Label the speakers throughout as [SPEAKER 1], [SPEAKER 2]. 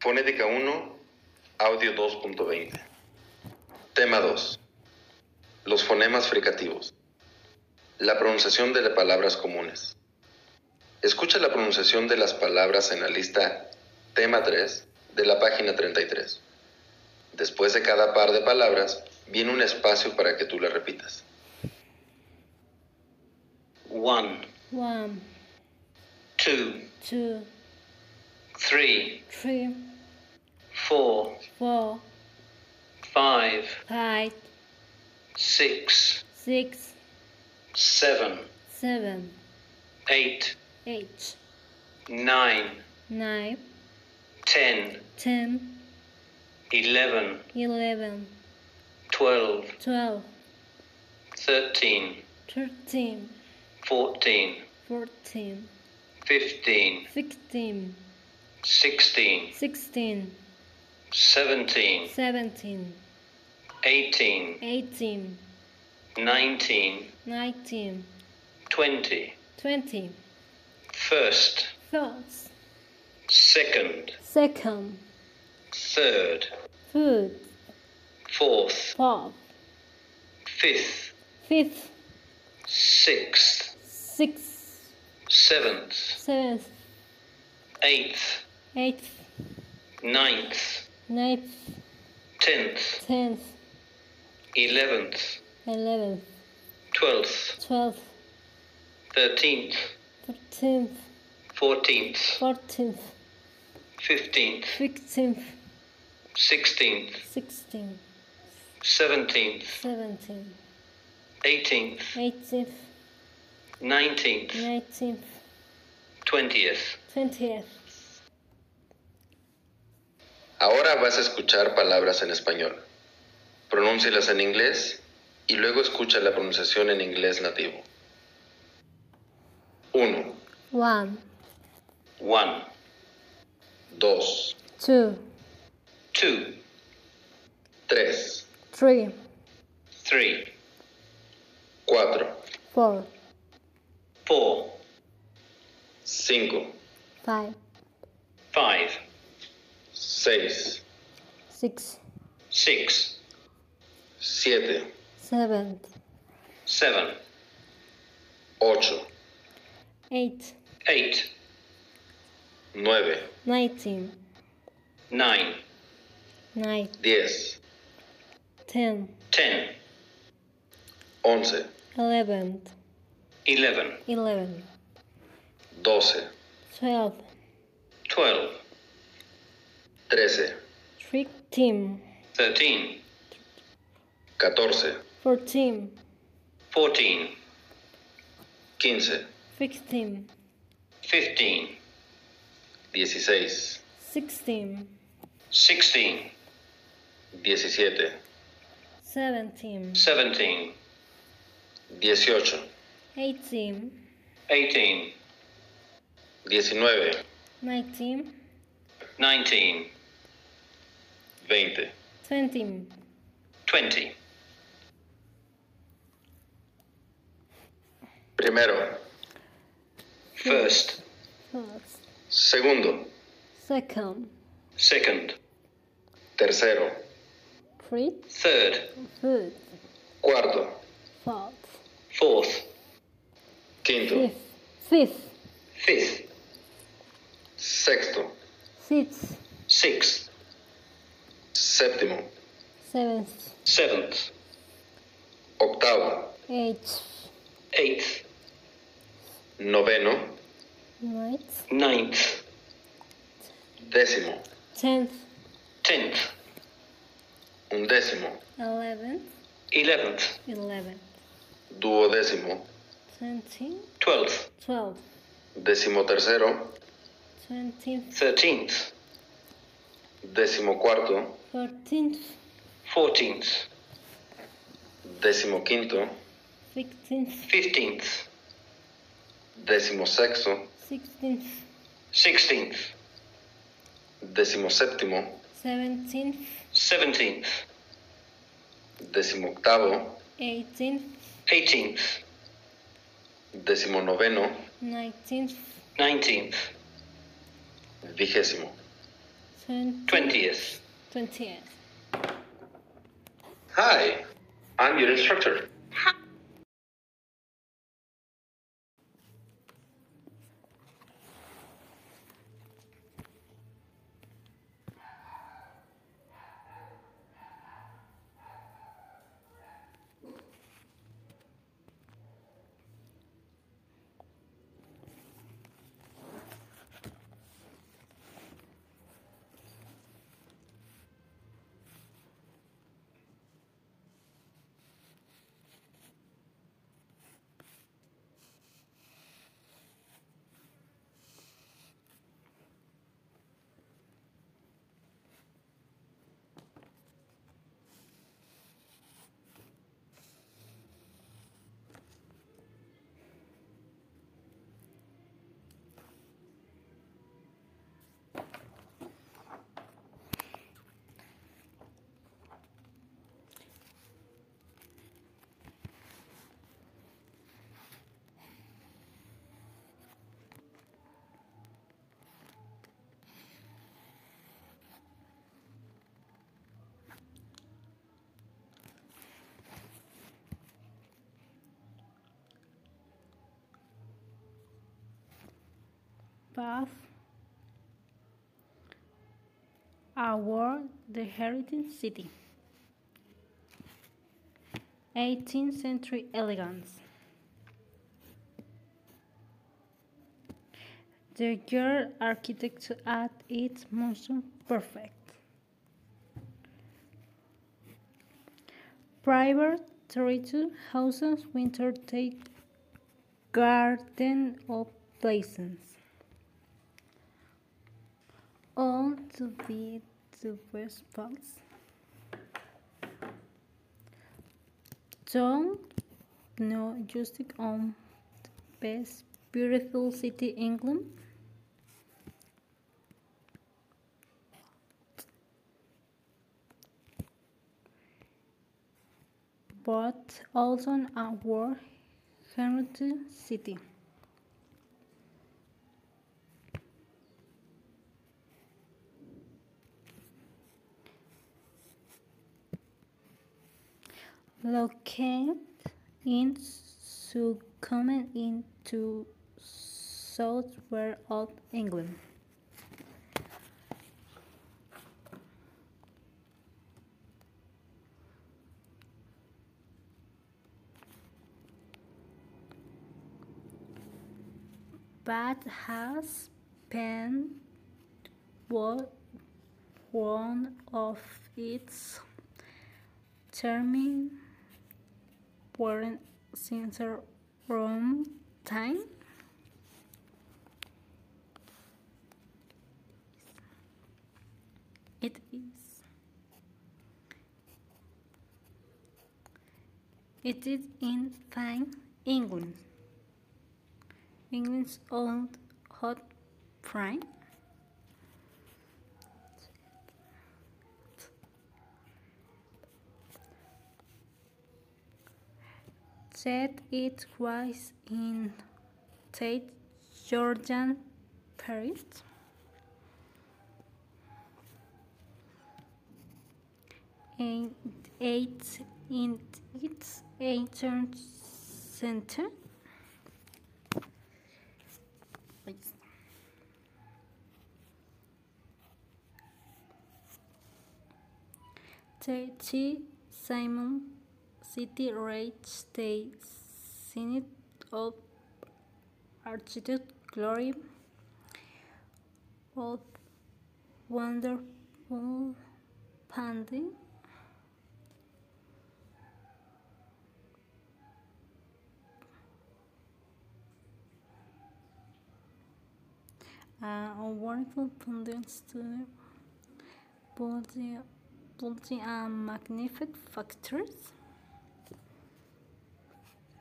[SPEAKER 1] Fonética 1, audio 2.20. Tema 2. Los fonemas fricativos. La pronunciación de las palabras comunes. Escucha la pronunciación de las palabras en la lista tema 3 de la página 33. Después de cada par de palabras, viene un espacio para que tú la repitas.
[SPEAKER 2] one,
[SPEAKER 3] One,
[SPEAKER 2] two,
[SPEAKER 3] two,
[SPEAKER 2] three,
[SPEAKER 3] three,
[SPEAKER 2] four,
[SPEAKER 3] four,
[SPEAKER 2] five,
[SPEAKER 3] five,
[SPEAKER 2] six,
[SPEAKER 3] six,
[SPEAKER 2] seven,
[SPEAKER 3] seven,
[SPEAKER 2] eight,
[SPEAKER 3] eight,
[SPEAKER 2] nine,
[SPEAKER 3] nine,
[SPEAKER 2] ten,
[SPEAKER 3] ten,
[SPEAKER 2] eleven,
[SPEAKER 3] eleven,
[SPEAKER 2] twelve,
[SPEAKER 3] twelve,
[SPEAKER 2] thirteen,
[SPEAKER 3] thirteen,
[SPEAKER 2] fourteen,
[SPEAKER 3] fourteen,
[SPEAKER 2] fifteen,
[SPEAKER 3] fifteen,
[SPEAKER 2] sixteen,
[SPEAKER 3] sixteen,
[SPEAKER 2] seventeen,
[SPEAKER 3] seventeen,
[SPEAKER 2] eighteen,
[SPEAKER 3] eighteen,
[SPEAKER 2] nineteen,
[SPEAKER 3] nineteen,
[SPEAKER 2] twenty,
[SPEAKER 3] twenty,
[SPEAKER 2] first,
[SPEAKER 3] first,
[SPEAKER 2] second,
[SPEAKER 3] second,
[SPEAKER 2] third,
[SPEAKER 3] third,
[SPEAKER 2] fourth,
[SPEAKER 3] fourth,
[SPEAKER 2] fifth,
[SPEAKER 3] fifth,
[SPEAKER 2] sixth,
[SPEAKER 3] sixth,
[SPEAKER 2] seventh,
[SPEAKER 3] seventh,
[SPEAKER 2] eighth,
[SPEAKER 3] eighth,
[SPEAKER 2] ninth,
[SPEAKER 3] ninth,
[SPEAKER 2] tenth,
[SPEAKER 3] tenth,
[SPEAKER 2] eleventh,
[SPEAKER 3] eleventh,
[SPEAKER 2] twelfth,
[SPEAKER 3] twelfth,
[SPEAKER 2] thirteenth,
[SPEAKER 3] thirteenth,
[SPEAKER 2] fourteenth,
[SPEAKER 3] fourteenth,
[SPEAKER 2] fifteenth,
[SPEAKER 3] fifteenth,
[SPEAKER 2] sixteenth,
[SPEAKER 3] sixteenth,
[SPEAKER 2] seventeenth,
[SPEAKER 3] seventeenth,
[SPEAKER 2] eighteenth,
[SPEAKER 3] eighteenth,
[SPEAKER 2] nineteenth,
[SPEAKER 3] nineteenth,
[SPEAKER 2] twentieth.
[SPEAKER 3] twentieth.
[SPEAKER 1] Ahora vas a escuchar palabras en español. Pronúncialas en inglés y luego escucha la pronunciación en inglés nativo. 1,
[SPEAKER 3] One,
[SPEAKER 2] One,
[SPEAKER 1] 2,
[SPEAKER 3] two,
[SPEAKER 2] two,
[SPEAKER 1] 3,
[SPEAKER 3] three,
[SPEAKER 2] three,
[SPEAKER 1] 4,
[SPEAKER 3] four,
[SPEAKER 2] four,
[SPEAKER 1] 5,
[SPEAKER 3] five,
[SPEAKER 2] five,
[SPEAKER 1] 6,
[SPEAKER 3] six,
[SPEAKER 2] six,
[SPEAKER 1] 7,
[SPEAKER 3] seven,
[SPEAKER 2] seven,
[SPEAKER 1] 8,
[SPEAKER 3] eight,
[SPEAKER 2] eight,
[SPEAKER 1] 9,
[SPEAKER 3] nineteen,
[SPEAKER 2] nine,
[SPEAKER 3] nine,
[SPEAKER 1] 10,
[SPEAKER 3] ten,
[SPEAKER 2] ten,
[SPEAKER 1] 11,
[SPEAKER 3] eleven,
[SPEAKER 2] eleven,
[SPEAKER 3] eleven,
[SPEAKER 1] 12,
[SPEAKER 3] twelve,
[SPEAKER 2] twelve,
[SPEAKER 1] 13,
[SPEAKER 3] thirteen,
[SPEAKER 2] thirteen,
[SPEAKER 1] 14,
[SPEAKER 3] fourteen,
[SPEAKER 2] fourteen,
[SPEAKER 1] 15,
[SPEAKER 3] fifteen,
[SPEAKER 2] fifteen,
[SPEAKER 1] 16,
[SPEAKER 3] sixteen,
[SPEAKER 2] sixteen,
[SPEAKER 1] 17,
[SPEAKER 3] seventeen,
[SPEAKER 2] seventeen,
[SPEAKER 1] 18,
[SPEAKER 3] eighteen,
[SPEAKER 2] eighteen,
[SPEAKER 1] 19,
[SPEAKER 3] nineteen,
[SPEAKER 2] nineteen,
[SPEAKER 1] 20.
[SPEAKER 3] twenty.
[SPEAKER 2] twenty.
[SPEAKER 1] Primero.
[SPEAKER 2] First,
[SPEAKER 3] First,
[SPEAKER 1] Segundo.
[SPEAKER 3] second,
[SPEAKER 2] second,
[SPEAKER 1] Tercero.
[SPEAKER 3] third,
[SPEAKER 2] third,
[SPEAKER 3] fourth,
[SPEAKER 1] Cuarto.
[SPEAKER 3] fourth,
[SPEAKER 2] fourth,
[SPEAKER 1] Quinto.
[SPEAKER 3] fifth, fifth,
[SPEAKER 2] fifth,
[SPEAKER 1] Sexto.
[SPEAKER 3] sixth,
[SPEAKER 2] sixth,
[SPEAKER 1] Séptimo.
[SPEAKER 3] seventh,
[SPEAKER 2] seventh,
[SPEAKER 1] Octavo.
[SPEAKER 3] eighth,
[SPEAKER 2] eighth,
[SPEAKER 1] Noveno.
[SPEAKER 3] ninth,
[SPEAKER 2] ninth,
[SPEAKER 1] Décimo.
[SPEAKER 3] tenth,
[SPEAKER 2] tenth,
[SPEAKER 1] Undécimo.
[SPEAKER 3] eleventh,
[SPEAKER 2] eleventh,
[SPEAKER 3] eleventh,
[SPEAKER 1] Duodécimo.
[SPEAKER 3] twenty,
[SPEAKER 2] twelfth,
[SPEAKER 3] twelve,
[SPEAKER 1] Decimotercero.
[SPEAKER 3] twentieth,
[SPEAKER 2] thirteenth,
[SPEAKER 1] Decimocuarto.
[SPEAKER 3] fourteenth,
[SPEAKER 2] fourteenth,
[SPEAKER 1] Decimoquinto.
[SPEAKER 3] fifteenth,
[SPEAKER 2] fifteenth,
[SPEAKER 1] Decimosexto.
[SPEAKER 3] sixteenth,
[SPEAKER 2] sixteenth,
[SPEAKER 1] Decimoséptimo.
[SPEAKER 3] seventeenth,
[SPEAKER 2] seventeenth,
[SPEAKER 1] Decimoctavo.
[SPEAKER 3] eighteenth,
[SPEAKER 2] eighteenth,
[SPEAKER 1] Decimonoveno.
[SPEAKER 3] nineteenth,
[SPEAKER 2] nineteenth,
[SPEAKER 1] Vigésimo.
[SPEAKER 3] twen-
[SPEAKER 2] twentieth.
[SPEAKER 3] twentieth.
[SPEAKER 1] Hi, I'm your instructor.
[SPEAKER 3] Bath. Award the Heritage City. 18th century elegance. The girl architecture at its most perfect. Private territory houses, winter take garden of plaisance all to be the best spots. Don't know just on the best beautiful city England. But also an award heritage city. located in Succumbing into southwest of England. But has been wa- one of its charming weren't since a long time. It is. It is in fine England. England's old hot prime. said it was in Tate Jordan Paris. And eight in its ancient center. Please. Tate Simon City Rage State Senate of Architect Glory of Wonderful Pandy uh, a wonderful Pandy Studio Body Body and Magnificent Factors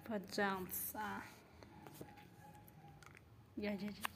[SPEAKER 3] pajamas. Ah. uh, Yeah, yeah, yeah.